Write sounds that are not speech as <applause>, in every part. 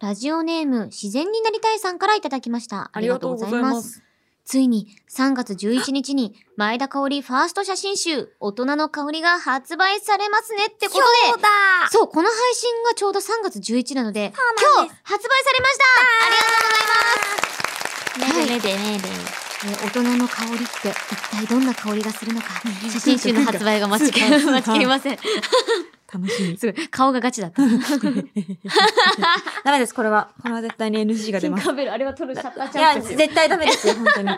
ラジオネーム、自然になりたいさんからいただきました。ありがとうございま。す。ついに3月11日に前田香織ファースト写真集大人の香りが発売されますねってことでだそうこの配信がちょうど3月11日なのでう今なん日で発売されましためでめでめで。えー大人の香りって一体どんな香りがするのか写真集の発売が待ちき <laughs> 待ちきれません楽 <laughs> しみ。すごい顔がガチだったダメです、これは。これは絶対に NG が <laughs> 出金ます。カーベルあれは撮るシャッターいチャや、ンスですよ絶対ダメですよ、本 <laughs> 当に。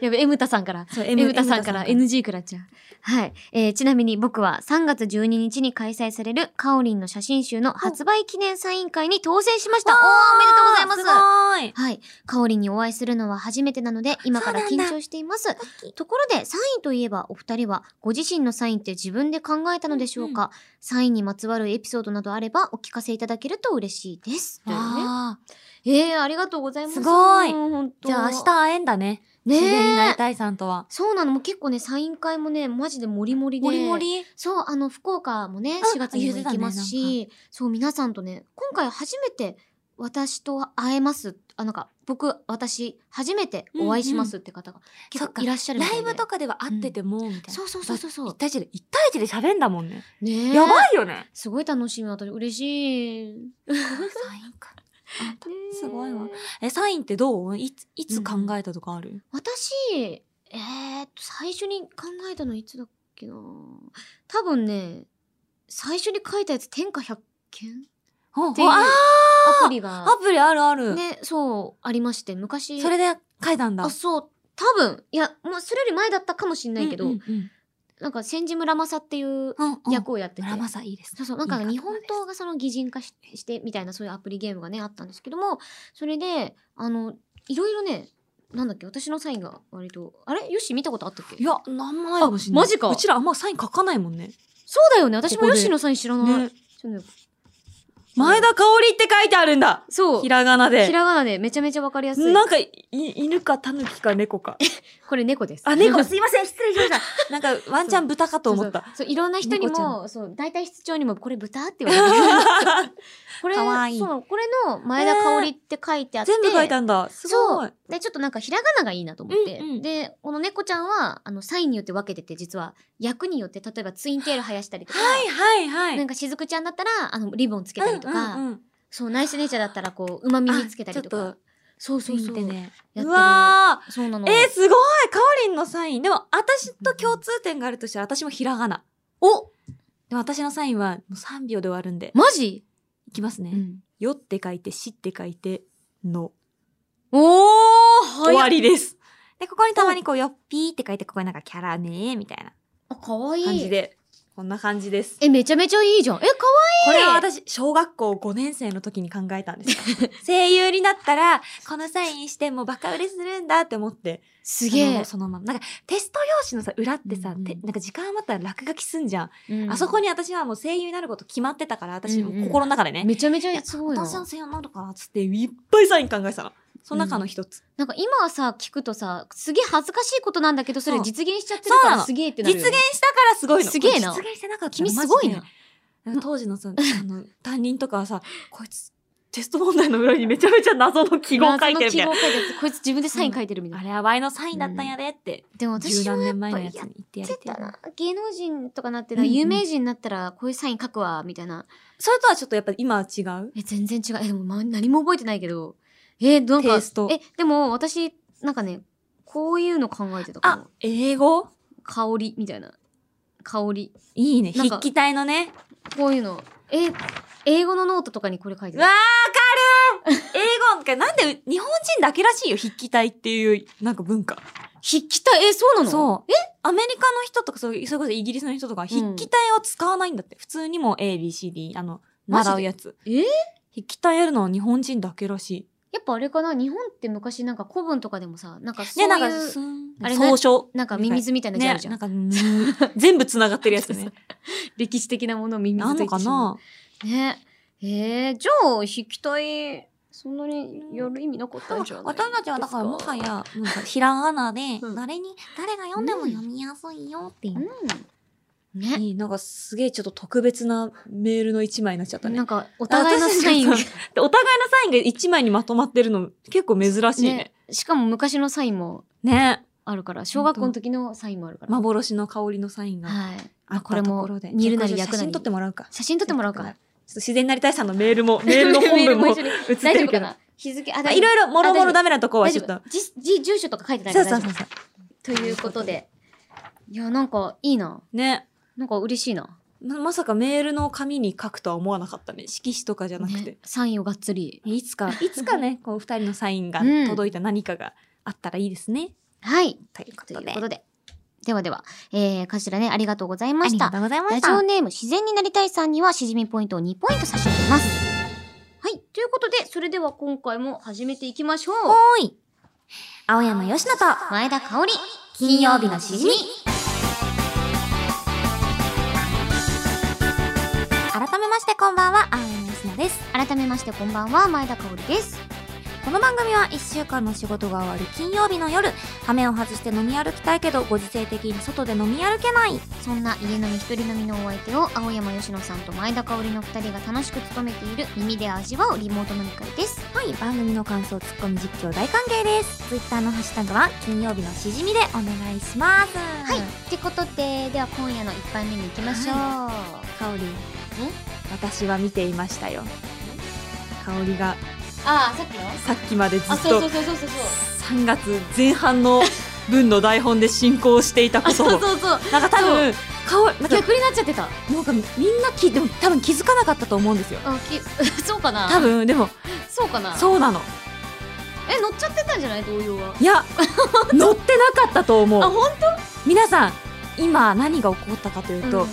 やべエムタさんからそう、エ M ムタさんから。 M 田 NG くらっちゃう。はい。えーちなみに僕は3月12日に開催されるカオリンの写真集の発売記念サイン会に当選しました。おー、おめでとうございます。あーすごい。はい。カオリンにお会いするのは初めてなので、今から緊張しています。ところで、サインといえば、お二人は、ご自身のサインって自分で考えたのでしょうか、サインにまつわるエピソードなどあれば、お聞かせいただけると嬉しいです。というねあーえー、ありがとうございます。すごいもう本当じゃあ明日会えんだね。ねえ自然になりたいさんとは。そうなの、もう結構ね、サイン会もね、マジでモリモリで。もりもり。そう、あの、福岡もね、あ4月にも行きますし、そう、皆さんとね、今回初めて私と会えます。あ、なんか、僕、私、初めてお会いしますって方がそ結っ構かいらっしゃるみラたいでイブとかでは会ってても、みたいな。そうそうそうそうそう一。対一で、一対一で喋んだもんね。ねえやばい <laughs> よね。すごい楽しみ、私、嬉しい。サインか。すごいわねえ。え、サインってどういつ、いつ考えたとかある、私、えー、っと、最初に考えたのいつだっけな多分ね、最初に書いたやつ、天下百件ほうっていうほうあアプリ。リがアプリあるある。ね、そう、ありまして、昔。それで書いたんだ。あ、そう、多分、いや、もうそれより前だったかもしんないけど、うんうんなんか、千村正っていううんうんうん役をやってて。村正いいですね。そうそう、なんかいい日言葉本です刀がその擬人化ししてみたいなそういうアプリゲームがね、あったんですけども、それで、あの、いろいろね、なんだっけ、私のサインが割と、あれよし見たことあったっけいや、何枚かもしんない。あマジかうちらあんまサイン書かないもんね。そうだよね、私こもこよでしのサイン知らない。ね。ちょっとね前田香織って書いてあるんだそう。ひらがなでひ。らがなでめちゃめちゃわかりやすい。なんか、い犬か狸か猫か。これ猫です。 <laughs> あ、猫、すいません、失礼しました。なんか、ワンちゃん豚かと思ったそう。そうそういろんな人に猫ちゃもそう大体室長にもこれ豚って言われてこれかわいいそうこれの前田香織って書いてあって、全部書いたんだ。すごい。でちょっとなんかひらがながいいなと思って、うんうんでこの猫ちゃんはあのサインによって分けてて実は役によって例えばツインテール生やしたりとか、はいはいはい。なんか、かしずくちゃんだったらあのリボンつけたりとか、うんうんうんそうナイスネイチャーだったらこううまみにつけたりとあちょっかそうとそうそう、見てね。やってるうわそうなのーえー、すごいかおりんのサイン。でも、私と共通点があるとしたら、私もひらがな。おでも私のサインは、もう3秒で終わるんで。マジ、いきますね。うん、よって書いて、しって書いて、の。おー終早わいりです。で、ここにたまにこう、よっぴーって書いて、ここになんかキャラねー、みたいなあかわい感じいで、こんな感じです。えめちゃめちゃいいじゃんえかわいいこれは私、小学校5年生の時に考えたんです <laughs> よ。声優になったら、このサインしてもうバカ売れするんだって思って。すげえそのまま。なんか、テスト用紙のさ、裏ってさ、うんうんてなんか時間余ったら落書きすんじゃん,、うんあそこに私はもう声優になること決まってたから、私、うんうん心の中でね。めちゃめちゃすごいな。私の声優になるから、つって、いっぱいサイン考えてたの。その中の一つ。なんか今はさ、聞くとさ、すげえ恥ずかしいことなんだけど、それそう実現しちゃってるかそうならのすげえってな実るよ現ね、したからすごいの。すげえな実現してなかったら君すごいな。。マジで当時のさ、あの、担任とかはさ、こいつ、テスト問題の裏にめちゃめちゃ謎の記号書いて謎の。るみたいな記号書いてるやつこいつ自分でサイン書いてるみたいあな。れはワイのサインだったんやでって、でも十私は何年前ぱのりややっつに言ってややりっててえたなな。芸能人とかなってな、うんうん有名人になったらこういうサイン書くわ、みたいな。それとはちょっとやっぱ今は違うえ、全然違う。え、でも、ま、何も覚えてないけど。え、なんか、テイストえ、でも私、なんかね、こういうの考えてたかあも。英語香り、みたいな。香り。いいねなんか筆記体のねこういうの。え、英語のノートとかにこれ書いてるうわー。わかる英語がなんで日本人だけらしいよ筆記体っていうなんか文化筆記体、え、そうなのそうえアメリカの人とかそういうそれこそイギリスの人とか筆記体を使わないんだって、普通にもう ABCD あのマジで習うやつえー筆記体やるのは日本人だけらしやっぱあれかな日本って昔なんか古文とかでもさなんかいそういねう、なんなかんかすんあれ総称ミミズみたいなのあねるじゃん、なんかうん全部つながってるやつそうね歴史的なものをミミあズんと言のってかしまなうねえー、じゃあ筆記体そんなにやる意味なかったんじゃない私たちはだからも <laughs> はや、なんかひらがなで、うん誰に、誰が読んでも読みやすいよっていうう。んね。いいなんかすげえちょっと特別なメールの一枚になっちゃったねなん。か、お互いのサインあ。確でお互いのサインが一枚にまとまってるの結構珍しいね。しかも昔のサインもねあるから、小学校の時のサインもあるから。幻の香りのサインがはい。あったこれともころで。煮るなりちょっ焼くなとり写真撮ってもらうか。写真撮ってもらおうちょっか。と自然なりたいさんのメール <laughs> も、メールの本文もメ映ーっルも一緒にて大丈る夫かけど。な日付、あ、あいろいろもろもろダメなとこは大丈ちょっと夫。。じ、じ、住所とか書いてないかそうらそう大そ丈う夫。そう。ということで。いや、なんかいいな。ね。なんか嬉しいな。ままさかメールの紙に書くとは思わなかったね。色紙とかじゃなくて。ねサインをがっつり。いつか、いつ <laughs> かね、こう二人のサインがうん届いた何かがあったらいいですね。はい。ということといでうこ。とで。ではでは、えー、かしらね、ありがとうございまありしたが。とうございまラジしたオ。ネーム自然になりたいさんにはしじみポイントを2ポイント差し上げます。はい。ということで、それでは今回も始めていきましょう。おーい。青山よしのと、前田香織、金曜日のしじみ。改めましてこんばんは、青山よしのです。改めましてこんばんは、前田香織です。この番組は1週間の仕事が終わる金曜日の夜、羽目を外して飲み歩きたいけど、ご時世的に外で飲み歩けない。そんな家飲み一人飲みのお相手を、青山佳乃さんと前田香織の2人が楽しく務めている耳で味わうリモート飲み会です。はい、番組の感想、ツッコミ実況大歓迎です。ツイッターのハッシュタグは、金曜日のしじみでお願いします。ははい。ってことで、では今夜の1杯目に行きましょう。香り私は見ていましたよ香りがああ、さっきのさっきまでずっあ、そうそとうそうそうそうそう。 3月前半の文の台本で進行していたこあ、とそうをそうそう。なんか多分香りなんか逆になっちゃってた。なんかみんな聞いても多分気づかなかったと思うんですよあ、き、 <laughs> そうかな多分でもそうかなそうなのえ、乗っちゃってたんじゃない同様は。<laughs> いや乗ってなかったと思う本皆さん今何が起こったかというと、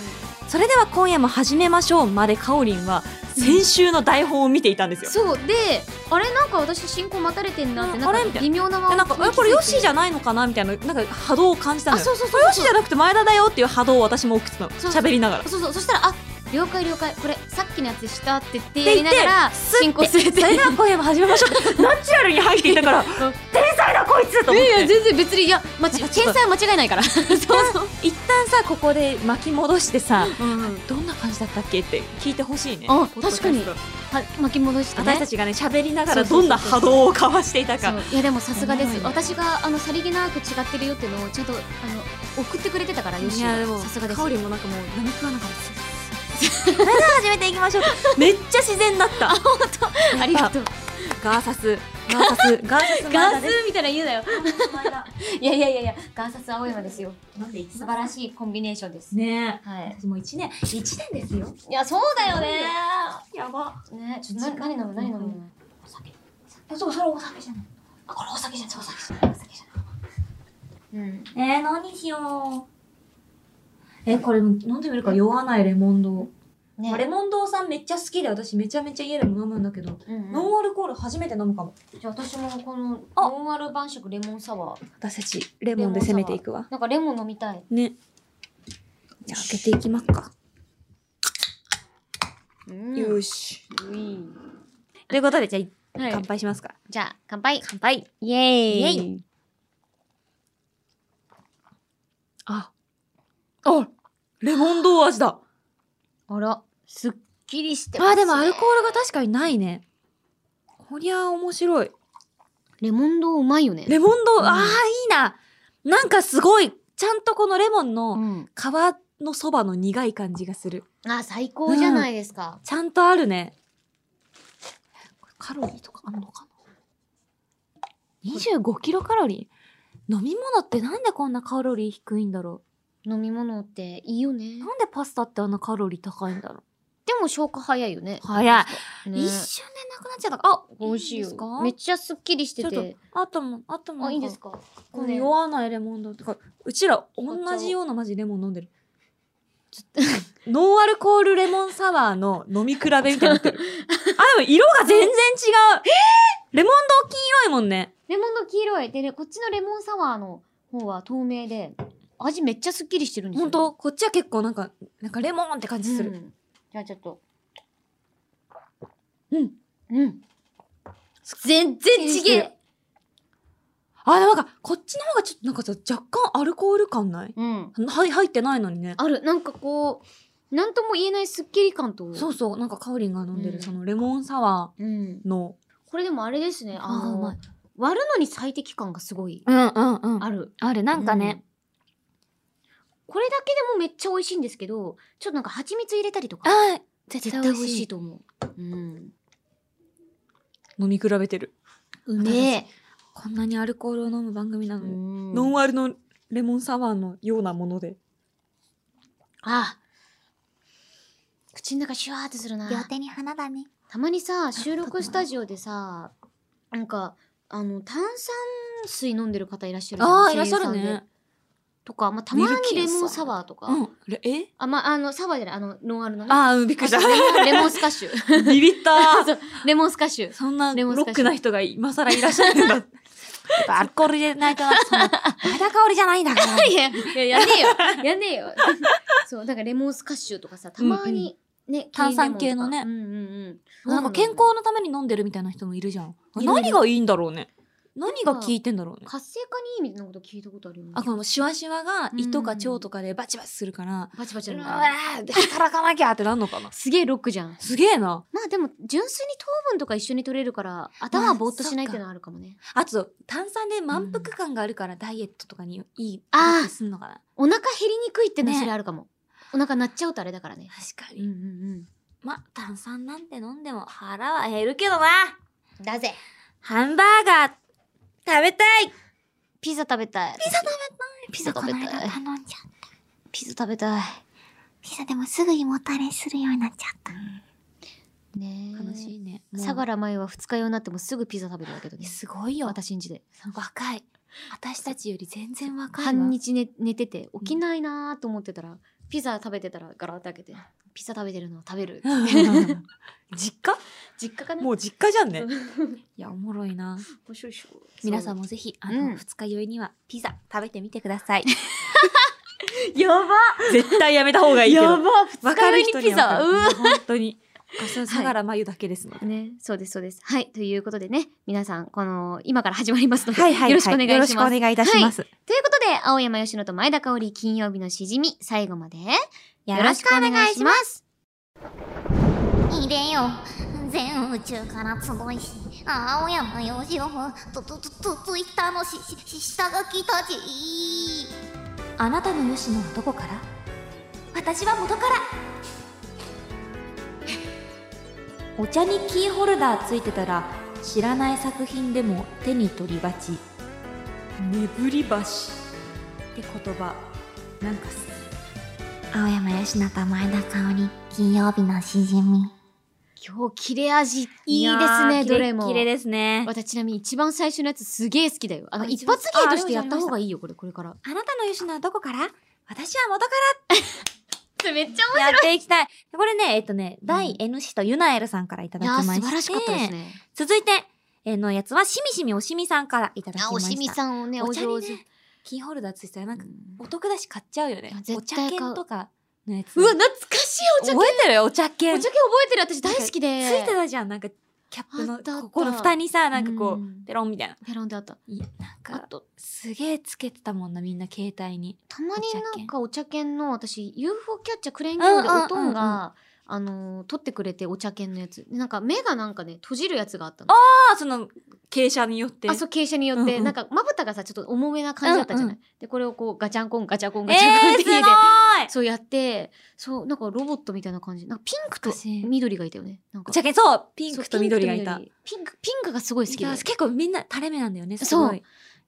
それでは今夜も始めましょうまでかおりんは先週の台本を見ていたんですよ、そう、で、あれなんか私進行待たれてんなって、うんなあれんみかたいな微妙なまでま。なんかえこれヨッシーじゃゃないのかなみたいななんか波動を感じたあ、のよそうそうそこうれヨッシそーう。じゃなくて前田だよっていう波動を私も送ってたのそうそう喋りながらそうそう、そしたら、あ、了解了解、これさっきのやつでしたって言ってやでりながら、スッて進行するって。それでは今夜も始めましょ <laughs> うナチュラルに入っていた <laughs> から天才だこいつとい思っやいや、 <laughs> て全然別に、いや、まち、なんかちょ天っと才は間違いないから。そうそう。一旦さここで巻き戻してさうん。どんな感じだったっけって聞いてほしいねあポッドキャス確トかには、巻き戻してね。私たちがね喋りながらそうそうそうそどうんな波動を交わしていたそかういやでもさすがでおもろすいね私があのさりげなく違ってるよっていうのをちゃんとあの送ってくれてたからよしいやでもさすがですかおりんもなんかもう何食わなかったそれでは始めていきましょ <laughs> うめっちゃ自然だった本当ありがとうガーサスガーサスガーサスガー前田スですみたいな言うなよいやいやいやいやガーサス青山ですよなんで素晴らしいコンビネーションですねはいえ。もう一年、一年ですよ。いやそうだよねやば。ねちょっとな何飲む何飲むお酒あそうそれお酒じゃないあこれお酒じゃないお酒じゃないお酒じゃないうんえー、何しよう。え、これ飲んでみるか酔わないレモンド。ねレモンドさんめっちゃ好きで、私めちゃめちゃ家でも飲むんだけど、うんうんノンアルコール初めて飲むかも。じゃあ私もこのあノンアル晩酌レモンサワー私たちレモンで攻めていくわ。なんかレモン飲みたいね。じゃあ開けていきますか。うんよし。ういということで、じゃあ、はい乾杯しますか。じゃあ乾杯乾杯。イエーイイエあ。あレモンド味だ。あらすっきりしてますあ、でもアルコールが確かにないね。こりゃ面白い。レモンドうまいよねレモンド、うんああ、いいな。なんかすごい、ちゃんとこのレモンうのん皮のそばの苦い感じがする。あ最高じゃないですか、ちゃんとあるね。これカロリーとかあんのかな ?25 キロカロリー飲み物ってなんでこんなカロリー低いんだろ飲み物っていいよねうなんでパスタってあんなカロリー高いんだろでも消化早いよねう早い。いね一瞬でなくなっちゃった。あ、美味しいですかよめっちゃすっきりしてちょってあとも、あとも。あいいですかここのれ酔わないレモンだとかうちら同じようなマジレモン飲ん <laughs> でるちょっとノンアルコールレモンサワーの飲み比べみたいに <laughs> なってるあでも色が全然違うレモンド黄色いもんねレモンの黄色いでねこっちのレモンサワーの方は透明で味めっちゃすっきりしてるんですよ本当こっちは結構なんかなんかレモンって感じすする、うる、んじゃあちょっとうんうん全然すっきりしちてげるえあ、でもなんか、こっちの方がちょっとなんかさ、若干アルコール感ないうん。はい、入ってないのにね。ある、なんかこう、なんとも言えないすっきり感と。そうそう、なんかカオリンが飲んでる、うんそのレモンサワうん。ーの。これでもあれですね、ああーうのまい、割るのに最適感がすごいうんうんうある。ある、な。うん。これだけでもめっちゃ美味しいんですけど、ちょっとなんか蜂蜜入れたりとか、あ絶対美味しいと思う。うん。飲み比べてる。うめえ。こんなにアルコールを飲む番組なのうに。んノンアルのレモンサワーのようなもので。あ口の中シュワーってするな。に花だね。たまにさ、収録スタジオでさ、なんか、あの、炭酸水飲んでる方いらっしゃるじゃんああ、いらっしゃる。声優さんでね。とか、まあ、たまミルキにーレさモンサワーとか。うん。れえあ、まあ、あの、サワーじゃない、あの、ノンアルのね。ああ、<laughs> びっくりした。あレモンスカッ <laughs> シュ。ビビった。そうレモンスカッシュ。 <laughs> そんなレロモンスカッシュックな人が今更いらっしゃるんだ。 <laughs> やっぱアルコールじゃないとな、その、肌香りじゃないんだから。いや、いや、やねえよ。やねえよ。そう、なんかレモンスカッシュとかさ、たまにね、炭酸系のねうんうんうん。 <laughs> なんか健康のために飲んでるみたいな人もいるじゃん。いるいる何がいいんだろうね。何が効いてんだろうね。活性化にいいみたいなこと聞いたことあるよね。あ、このシワシワが胃とかうん腸とかでバチバチするから、バチバチうなのわー働かなきゃってなんのかな。すげえロックじゃん。すげえな。まあでも、純粋に糖分とか一緒に取れるから、頭はぼーっとしないっていうのはあるかもね。あと、炭酸で満腹感があるからダイエットとかにいい、あーすんのかな。お腹減りにくいってのはねそれあるかも。お腹鳴っちゃうとあれだからね。確かうんう。んまあ、炭酸なんて飲んでも腹は減るけどな。うん。だぜ。ハンバーガー、食べたいピザ食べたい。ピザ食べたい。ピザ食べたい。頼んじゃう。ピザ食べたい。ピザでもすぐ胃もたれするようになっちゃった。ねえ。悲しいね。相良真由は二日酔いになってもすぐピザ食べるわけだいねや。すごいよ。私んちで。若い。私たちより全然若いわ。 <laughs> 半日寝寝てて起きないなーと思ってたら、ピザ食べてたらガラッと開けて、ピザ食べてるのを食べ <laughs> る。実家実家かなう実家じゃんね。いや、おもろいな。面白いっしょ皆さんもぜひ、あの、うん二日酔いにはピザ食べてみてください。やば <laughs> 絶対やめた方がいやば二日酔いにピザうわ本当 <laughs> に。私は相良真由だけですので。ね、そうですそうです。はい、ということでね、皆さんこの今から始まりますので、はいはい。よろしくお願いします。よろしくお願いいたします。ということで、青山吉野と前田香織金曜日のしじみ最後までよよろしくお願いします。入れよ全宇宙から集いし青山よしおととととツイッターのししし下書きたちあなたの吉野はどこから私は元からお茶にキーホルダーついてたら知らない作品でも手に取りがち眠り橋って言葉なんかす青山よしと前田香織金曜日のしじみ今日切れ味いいですね、どれも。綺麗ですね私ちなみに一番最初のやつすげえ好きだよ。あのあ一一番発芸としてやった方がいいよ、これ、これから。あなたの吉野はどこから私は元かめっちゃらやっていきたいこれねえっとね、第 N 氏とユナエルさんからいたいだきやまー、して素晴らしかったですね。続いてえのやつはしみしみおしみさんからいただきあましたおしみさんをね、おお茶上に手。ねキーホルダーついてたらなんかうお得だし買っちゃうよねいやお絶茶対買う券とかのやつわ、懐かしいお茶覚えてるよお茶系。券お茶系覚えてる、私大好きで。ついてたじゃんなんかキャップあのったあったここの蓋にさなんかこう、うんペロンみたいなペロンであった。いやなんあかと、すげえつけてたもんなみんな携帯にたまになんかお茶犬の私 UFO キャッチャークレーンゲうーんうムんでうんうおとんんが、あのー撮ってくれてお茶犬のやつでなんか目がなんかね閉じるやつがあったのああその傾斜によってあそう傾斜によって、うんうんなんかまぶたがさちょっと重めな感じだったじゃない、でこれをこうガチャンコンガチャコンガえチャコンっー、てすご家いで、そうやってそうなんかロボットみたいな感じなんかピンクと懐かしい緑がいたよねなんかお茶券そうそピうンクと緑がいたピンクと緑ピンクピンクがすごい好きでいや結構みんな垂れ目なんだよねすそうごい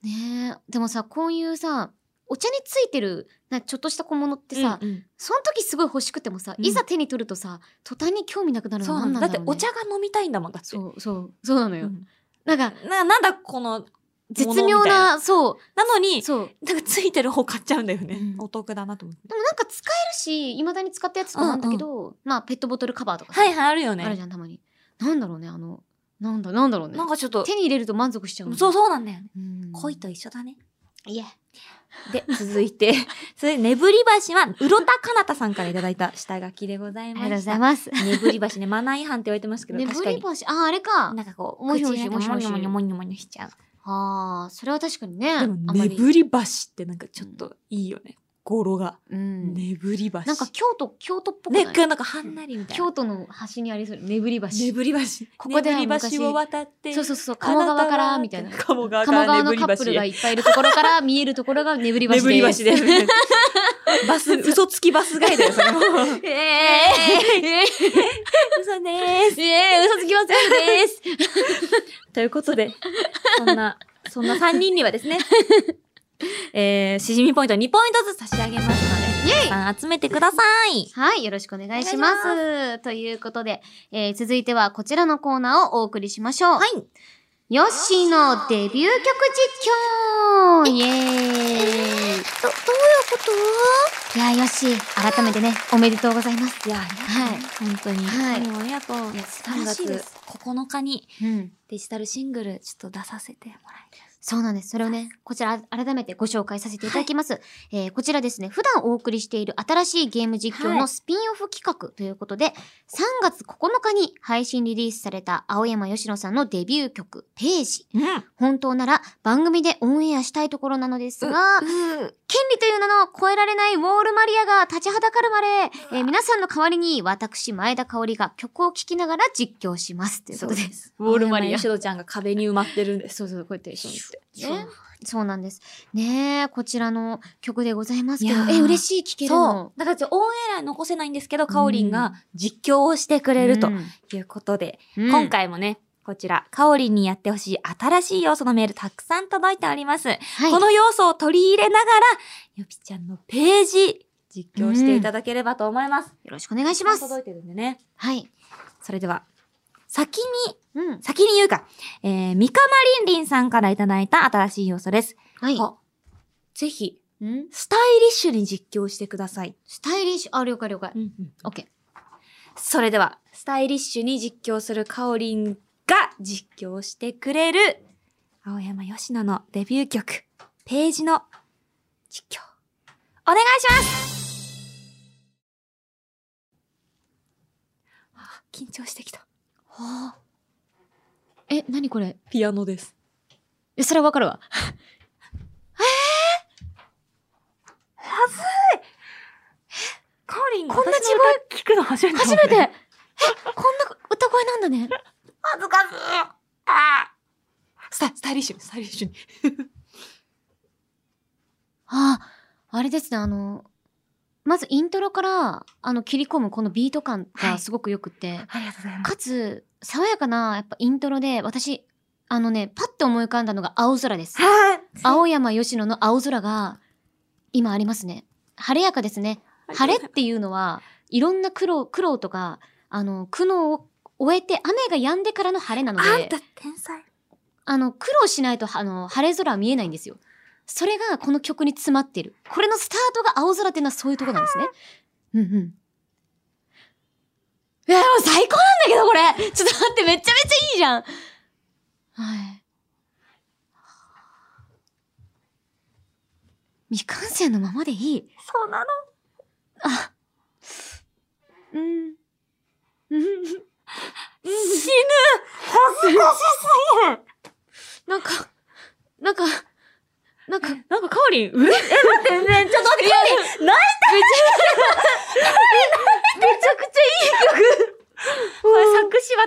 ねえでもさこういうさお茶についてるなちょっとした小物ってさ、うんうんその時すごい欲しくてもさ、うんいざ手に取るとさ途端に興味なくなるそのうはな何なんだんだだっろてう、ね、お茶が飲みたいんだもんだってそうそうそうなのうよ、んなんかななんだこの絶妙物みたいなそうなのにそうなんかついてる方買っちゃうんだよね、うんお得だなと思ってでもなんか使えるしいまだに使ったやつとかなんだけど、まあペットボトルカバーとかさ、はいはいあるよあるねじゃんたまになんだろうねあのなんだなんだろうねなんかちょっと手に入れると満足しちゃう、そううそうなんだよねうん、恋と一緒だねいえで、続いて、それ、ねぶり橋は、うろたかなたさんからいただいた下書きでございありまがとしうごた。ざいますねぶり橋ね、マナー違反って言われてますけど、ね確ぶかりに。橋ああれかなんかこう、もしもし口の中もしもしもにょもにょもにょもにょしちゃう。あああ、それは確かにね。でも、あねまぶり橋ってなんかちょっといいよね。語呂が。うん。ねぶり橋。なんか京都、京都っぽくなね、い、なんかはんなりみたいな。京都の端にありそう。ねぶり橋。ねぶり橋。ここではねぶり昔橋を渡って。そうそうそう、鴨川から、みたいな。鴨鴨川から川のねぶりカ橋。ップルがいっぱいいるところから見えるところ <laughs> がねぶり橋でねす。ぶり橋で。 <laughs> バス、 <laughs> 嘘つきバスガイドよ、それも。ええ <laughs> 嘘でーす。ええ嘘つきます <laughs> です。ということで、そんな、そんな3人にはで <laughs> すね、えー、しじみポイント2ポイントずつ差し上げますので、皆さん集めてください。。はい、よろしくお願いします。ということで、えー続いてはこちらのコーナーをお送りしましょう。はいヨッシーのデビュー曲実況イエーイど、どういうこといや、ヨッシー、改めてね、おめでとうございます。いや、はい。本当に。はいもうありがとう。いや素3晴らしいで月す。 9日にうん。デジタルシングルちょっと出させてもらいます。そうなんです。それをね、こちら改めてご紹介させていただきます。えーこちらですね、普段お送りしている新しいゲーム実況はのいスピンオフ企画ということで、3月9日に配信リリースされた青山吉野さんのデビュー曲、ページ。本当なら番組でオンエアしたいところなのですが、うん。権利という名の超えられないウォールマリアが立ちはだかるまで、えー皆さんの代わりに私、前田香織が曲を聴きながら実況します。ということで。。そうですウォールマリア。シドちゃんが壁に埋まってるんです。そうそう、こうやってシュッてね。そうなんです。ねえ、こちらの曲でございますけいやど、ーえ、嬉しい聴けるその。う。だからちょっとオンエア残せないんですけど、かおりんが実況をしてくれるということで、うん今、回もね、こちら、かおりんにやってほしい新しい要素のメールたくさん届いております。はいこの要素を取り入れながら、よぴちゃんのページ、実況していただければと思います。よろしくお願いします。届いてるんでね。はい。それでは、先に、うん。先に言うか、えー、ミカマリンリンさんからいただいた新しい要素です。はい。あぜひ、うんスタイリッシュに実況してください。スタイリッシュ、あ、了解了解。オッケそれでは、スタイリッシュに実況するカオリンが実況してくれる、青山吉野のデビュー曲、ページの実況、お願いしますあ緊張してきた。ー。え、何これピアノです。え、それはわかるわ。カオリンがこんな私の歌聞くの初めてだもん初めてねえ、こんな歌声なんだね。恥ずかしい。あースタスタイリッシュに、スタイリッシュに。ああ、あれですね、あの、まずイントロから、あの、切り込むこのビート感はがいすごく良くて、ありがとうございす。かつ、爽やかな、やっぱイントロで、私、あのね、パッと思い浮かんだのが青空です。はい。青山吉野の青空が、今ありますね。晴れやかですね。晴れっていうのは、いろんな苦労、苦労とか、あの、苦悩を終えて、雨が止んでからの晴れなので。あんた天才。あの、苦労しないと、あの、晴れ空は見えないんですよ。それがこの曲に詰まってる。これのスタートが青空っていうのはそういうとこなんですね。うんうん。いや、もう最高なんだけど、これちょっと待って、めちゃめちゃいいじゃんはい。未完成のままでいい。そうなの。うん。うん。死ぬなんか、なんか、なんか、なんかカオリン、うれ、え、待って、ね、ちょっと待って、カオリン、めち泣ゃくちゃいいこれ作詞私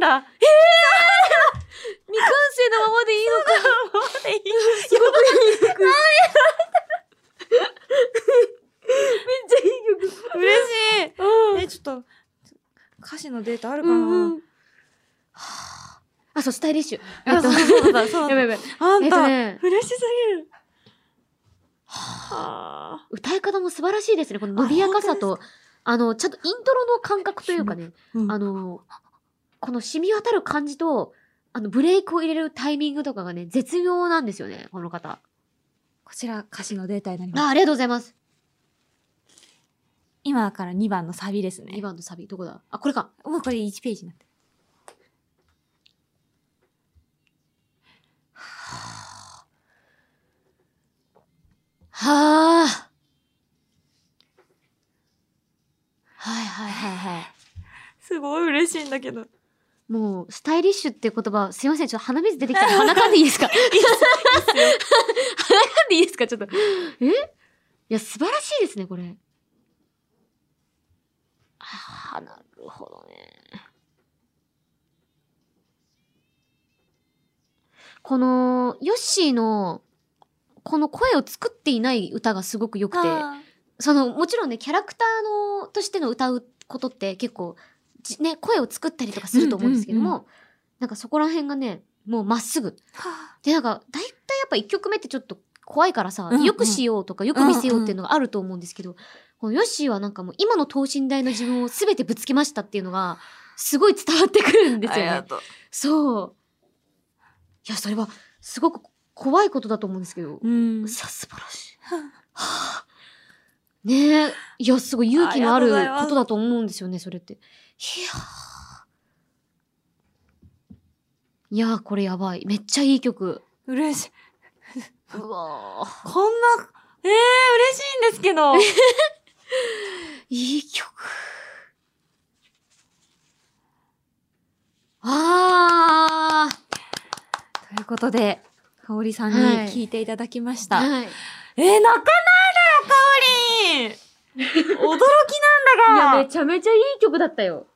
なんだ。 <laughs> 未完成のままでいいのかえすごくいい曲。めっちゃいい曲。嬉しい。え、ちょっと、歌詞のデータあるかな、うんうんあ、そう、スタイリッシュ。えっと、そうだ、そうやばいだ。やばい。あえんっとた、ね、嬉しすぎる。はあ。歌い方も素晴らしいですね。この伸びやかさと、あの、ちゃんとイントロの感覚というかね、うんあの、この染み渡る感じと、あの、ブレイクを入れるタイミングとかがね、絶妙なんですよね、この方。こちら歌詞のデータになります。あ、ありがとうございます。今から2番のサビです2ね。番のサビ、どこだあ、これか。もうこれ1ページになってる。はあ。はいはいはい。すごい嬉しいんだけど。もう、スタイリッシュって言葉、すいません、ちょっと鼻水出てきたら鼻かんでいい <laughs> ですか鼻かんでいいですかちょっと。えいや、素晴らしいですね、これ。ああ、なるほどね。この、ヨッシーの、この声を作っていない歌がすごく良くて。あそのもちろんねキャラクターのとしての歌うことって結構じね声を作ったりとかすると思うんですけども、うんなんかそこら辺がねもうまっすぐーでなんか大体やっぱ1曲目ってちょっと怖いからさ、うんうんよくしようとかよく見せようっていうのがあると思うんですけど、このヨッシーはなんかもう今の等身大の自分を全てぶつけましたっていうのがすごい伝わってくるんですよありがね。とうそういやそれはすごく怖いことだと思うんですけど、うんさ素晴らしい。はあ <laughs> ねえ、いや、すごい勇気のあるありがとうございますことだと思うんですよね、それって。いやーいやーこれやばい。めっちゃいい曲。嬉しい。うわーこんな、ええー、嬉しいんです <laughs> けど。いい曲。あということで、かおりさんにはい聞いていただきましーた。はい。いえー、泣かない <laughs> でよ、かおり驚きなんだがや、めちゃめちゃいい曲だったよ。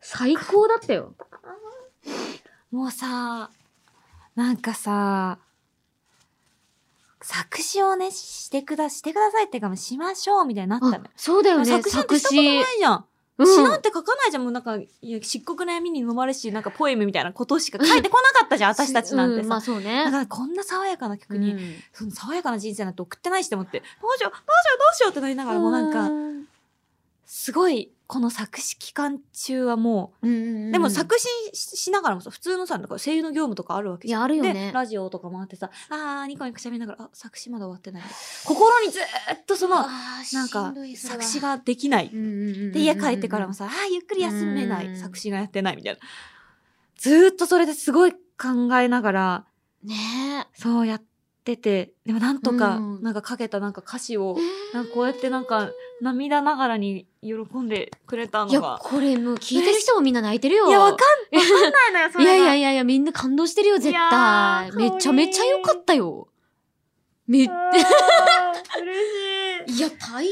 最高だったよ。もうさ、なんかさ、作詞をね、してくだ、してくださいってかもうしましょうみたいになったのよ。そうだよね、作詞なんて作したこと詞な。いじゃうん。ん詩なんて書かないじゃん。もうなんか、いや漆黒の闇に飲まれし、なんかポエムみたいなことしか書いてこなかったじゃん、私たちなんてうさ。まあそうね。だからこんな爽やかな曲に、うんその爽やかな人生なんて送ってないしって思って、どうしよう、どうしよう、どうしようってなりながら、もうなんか、すごい、この作詞期間中はもうんうんうう、んでも作詞ししながらもさ、普通のさ、なんか声優の業務とかあるわけいじゃん。やあるよで、ね。ラジオとかもあってさ、あー、ニコニコ喋りながら、あ、作詞まだ終わってない。 <laughs> 心にずーっとその、あーなんかしんどい、それは作詞ができない。で、家帰ってからもさ、あー、ゆっくり休めなうんい。作詞がやってないみたいな。ずーっとそれですごい考えながら、ねそうやってて、でもなんとか、うんなんかかけたなんか歌詞をえ、なんかこうやってなんか涙ながらに喜んでくれたいのやが。これもう聞いてる人もみんな泣いてるよいや、わかん、わかんないのよ、それいが。やいやいやいやみんな感動してるよ絶いや対ーめちゃめちゃ良かったよめいやあー嬉しい。大変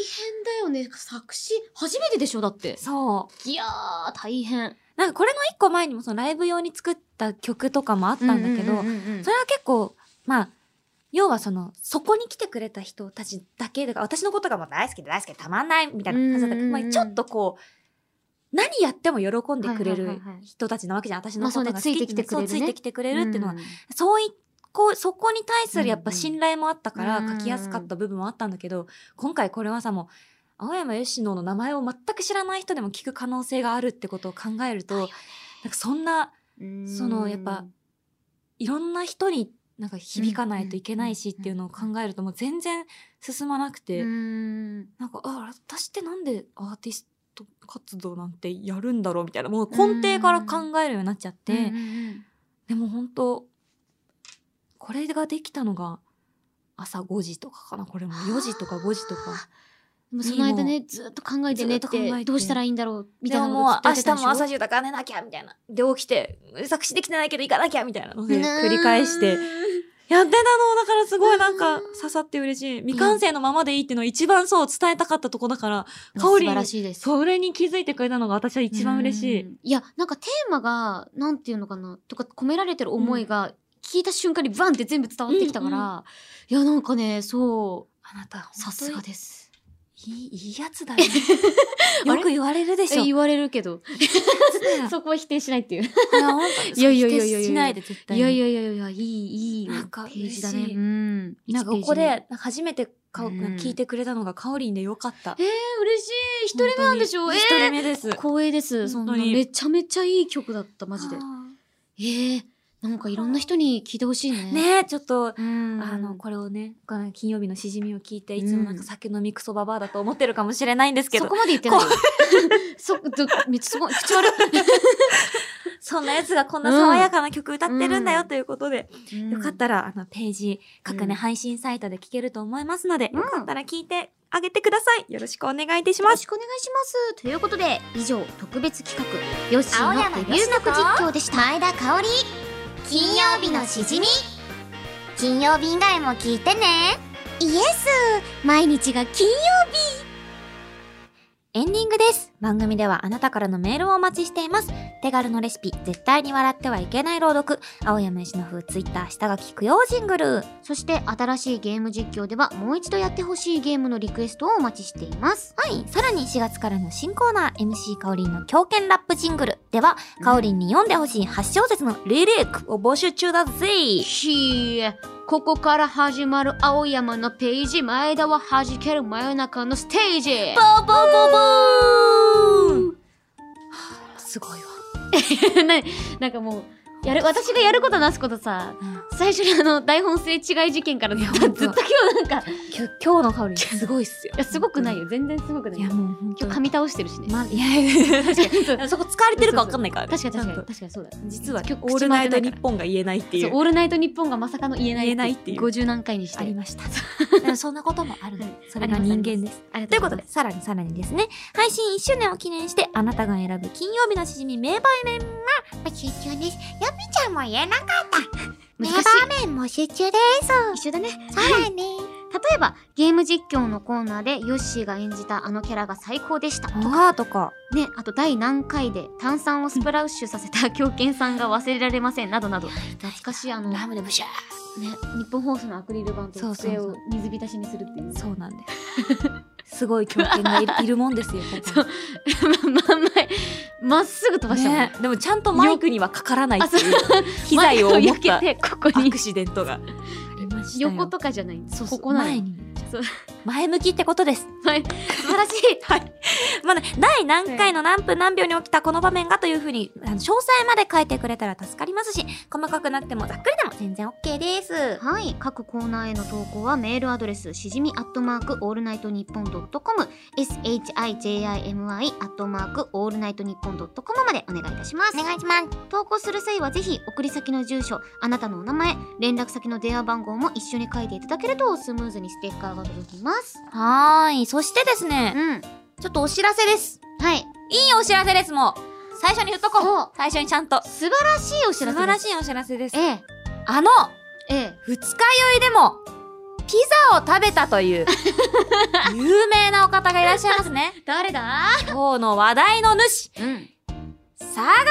だよね作詞初めてでしょだって <laughs> そう。いやー大変なんかこれの一個前にもそのライブ用に作った曲とかもあったんだけど、うんうんうんうんそれは結構、まあ、要はその、そこに来てくれた人たちだけだから、私のことがもう大好きで大好きでたまんないみたいな感じだったけうど、んうんまうんあ、ちょっとこう、何やっても喜んでくれはいはいるはいはい人たちなわけじゃん。私のことがまあ好そうねつきいてきてくれるねそうついてきてくれるっていうのは、うんそういこう、そこに対するやっうんうぱん信頼もあったかうらんうん書きやすかった部分もあったんだけど、今回これはさ、もう、青山吉野の名前を全く知らない人でも聞く可能性があるってことを考えると、なんかそんな、うんそのやっぱいろんな人になんか響かないといけないしっていうのを考えるともう全然進まなくて、うんなんかあ私ってなんでアーティスト活動なんてやるんだろうみたいなもう根底から考えるようになっちゃって、うんうんでも本当これができたのが朝5時とかかなこれも4時とか5時とかでもその間ねずっと考えてねっずっと考えててどうしたらいいんだろうみでたいもなもう明ずっとやってた日でしょも朝中だから寝なきゃみたいなで起きて作詞できてないけど行かなきゃみたいなので繰り返してやってたのだからすごいなんか刺さって嬉しい。未完成のままでいいっていうのを一番そう伝えたかったとこだから、素香り晴らしいですそれに気づいてくれたのが私は一番嬉しうい。んいやなんかテーマがなんていうのかなとか込められてる思いが聞いた瞬間にバンって全部伝わってきたから、うんいやなんかねそうあなた、本当にさすがですいい、いいやつだよね。 <laughs> よく言われるでしょ。いい言われるけどやつだよ。そこは否定しない <laughs> っていういや、本当いやいやいやいやいや否定しないで絶対いに。やいやいやいやいいいいなんかページだ嬉しねいうんなんかここで初めて顔、うん聞いてくれたのがカオリンでよかった。えー、嬉しい一人目なんでしょう本え当ーに一人目です。光栄ですそんな本当にめちゃめちゃいい曲だったマジであえー、なんかいろんな人に聞いてほしいねーねえ、ちょっと、うんあの、これをね、この金曜日のしじみを聞いて、いつもなんか酒飲みクソババアだと思ってるかもしれないんですけそど、こまで言ってないよ。 <laughs> そ、どめっちゃすごい。口悪そんなやつがこんな爽やかな曲歌ってるんだよということで、い。よかっ。たら、あの、ページ、各ね、うん配信サイトで聴けると思いますので、うんよかったら聞いてあげてください。よろしくお願いいたしよまろす。しくお願いします。ということで、以上、特別企画、ヨッシー青山のデビュー学実況でした。前田香織金曜日のしじみ金曜日以外も聞いてねイエス毎日が金エンディングです番組ではあなたからのメールをお待ちしています手軽のレシピ絶対に笑ってはいけない朗読青山由の風ツイッター下書き供養ジングルそして新しいゲーム実況ではもう一度やってほしいゲームのリクエストをお待ちしています。はい。さらに4月からの新コーナー、MC かおりんの狂犬ラップジングルでは、かおりんに読んでほしい8小節のリリックを募集中だぜひえ、ここから始まる青山のページ、前田は弾ける真夜中のステージ。ボーボーボーボーすごい <laughs> わ。ななんかもう、やる、私がやることなすことさ、最初にあの、台本すれ違い事件からずっといやずっと今日なんか、いきょ今日のかおりんすごいっすよ。や、すごくないよ。全然すごくないい。や、今もう本日当噛み倒してるしね。 <laughs> ま、いや、確かそうに。そこ使われてるかわかんないから。確かに確かにちゃん確かにそうだ。と実は、今日オールナイト日本が言えないっていそうう。 <laughs> オールナイトニッポンがまさかの言えない言えないっていう50何回にしてありました。 <laughs> でもそんなこともあるの。それが人間です。ありがというごこざまとで、すさらにさらにですね、配信1周年を記念して、あなたが選ぶ金曜日のしじみ名場面が募集中です。よみちゃんも言えなかった難しい面募集中で一緒だねす。さらに。例えばゲーム実況のコーナーでヨッシーが演じたあのキャラが最高でしたとかあーとか。ねあと第何回で炭酸をスプラッシュさせた狂犬さんが忘れられませんなどなど懐かしいあのねムでブシャ日本放送のアクリル板と机を水浸しにするっていうー。そうなんです。すごい狂犬がいるいるもんですよ、ここ <laughs> まんままっすぐ飛ばしたもん、ね、でもちゃんとマイクにはかからないっていう機前材をを持よっけたてここアにクシデントが。ありましたよ横とかじゃないそうそうここな前いに。そう前向きってことです。はい素晴らしいまあね、第何回の何分何秒に起きたこの場面がというふうに、あの詳細まで書いてくれたら助かりますし、細かくなくてもざっくりでも全然 OK です。 <laughs> はい各コーナーへの投稿はメールアドレスしじみアットマークオールナイトニッポンドットコム shijimi アットマークオールナイトニッポンドットコムまでお願いいたしますお願いします。投稿する際はぜひ送り先の住所あなたのお名前連絡先の電話番号も一緒に書いていただけるとスムーズにステッカーが届きますはーい。そしてですうね、んちょっとお知らせです。はいいいお知らせです、もう。最初に言っとこ。そう最初にちゃんと。素晴らしいお知素らせ晴らいしいお知らせです。えあの、ええ二日酔いでも、ピザを食べたと <laughs> いう、有名なお方がいらっしゃいますねえ。誰だ今日の話題の主、うん相良真由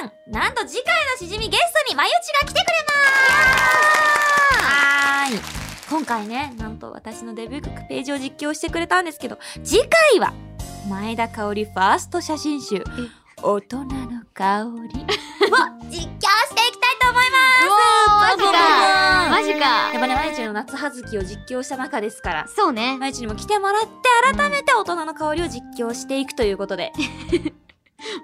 さんなんと次回のしじみゲストに真由ちが来てくれますはーい今回ねなんと私のデビュー曲ページを実況してくれたんですけど次回は前田香織ファースト写真集大人の <laughs> 香りを実況していきたいと思いますうわーマジかマジかやっぱねまゆちの夏葉月を実況した中ですからそうねまゆちにも来てもらって改めて大人の香りを実況していくということ <laughs> で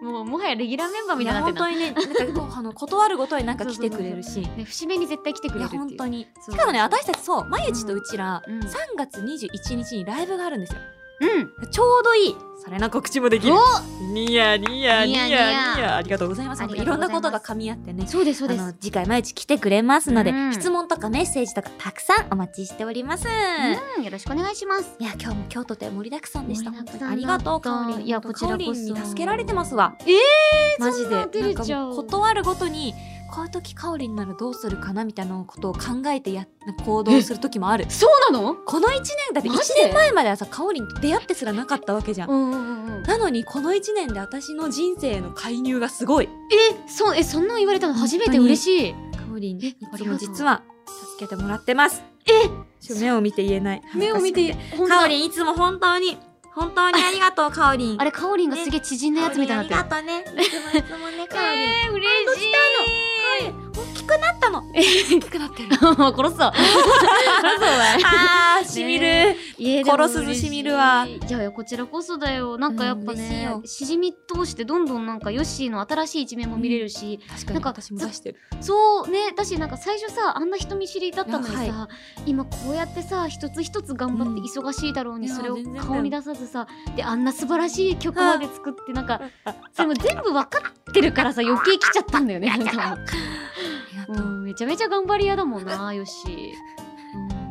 もうもはやレギュラーメンバーみいたいやになっ本てんな当にね、なんかこうあの断るごとになんか来てくれるし、いね節目に絶対来てくれるやっていう本当に。そうしかもね、私たちそう、まゆちとうちら、うんうん3月21日にライブがあるんですよ。うんちょうどいい。それの告知もできる。ニヤニヤニヤニニヤヤニありがとうございます。あ本りが当というろごんざいますなことが噛み合ってね。そうですそうあですの次回まゆち来てくれますので、うん質問とかメッセージとかたくさんお待ちしております。うん、よろしくお願いします。いや今日も今日とて盛りだくさんでした。盛本りだ当くにさんあだったりがとうかおりん。いやこちらこそかおりんに助けられてますわ。えー、マジでそんな照れちゃうなんかも断るごとにこういう時かおりんならどうするかなみたいなことを考えてや行動する時もある。そうなの？この一年だってマ一ジで年前まではさかおりんと出会ってすらなかったわけじゃん。んうんうんうん。なのにこの一年で私の人生への介入がすごい。かえ、そうえそんなん言われたの初めて嬉しい。おりんえいつも実は助けてもらってます。えちょ目を見て言えない。目を見て本当かおだりんいつも本当に本当にありがとうかおりん。あれカオリンがすげえ縮んだやつみたいになってる。ありがとうね。いつもいつもね、かおりん。えー、嬉しかおりん大きくなったの。大きくなってい。る。もう <laughs> <laughs> 殺すぞ。殺すぞお前あー、しみる。いやでも殺すぞしみるわ嬉しいいやいやこちらこそだよなんかやっぱうん嬉しいねよしじみ通してどんどんなんかヨッシーの新しい一面も見れるし確かなにんか私も出してる。そうねだしなんか最初さあんな人見知りだったのにさ、いやは今こうやってさ一つ一つ頑張ってうん忙しいだろうに、いやそれを全然だよ顔に出さずさであんな素晴らしい曲まで作ってなん <laughs> かそれも全部分かってるからさ余計来ちゃったんだよ <laughs> ねなんかありがうとう。 <laughs> んめちゃめちゃ頑張り屋だもんなよし、うん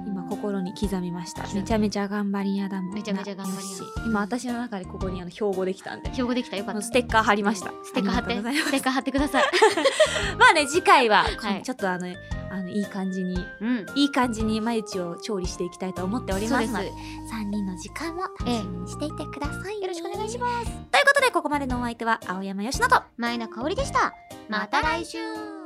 今心に刻みました刻むめちゃめちゃ頑張り屋だもんなめちゃめちゃ頑張り屋よし今私の中でここにあの標語できたんで標語できたよかあっのた。ステッカー貼りましたステッカー貼ってありがとうございまステッカー貼ってください。すまあね次回は、はいちょっとあのあのいい感じにうん。いい感じに毎日を調理していきたいと思っておりそうまですすので3人の時間を楽しみにしていてください、よろしくお願いしますということでここまでのお相手は青山佳乃と前田香織でした。また来週。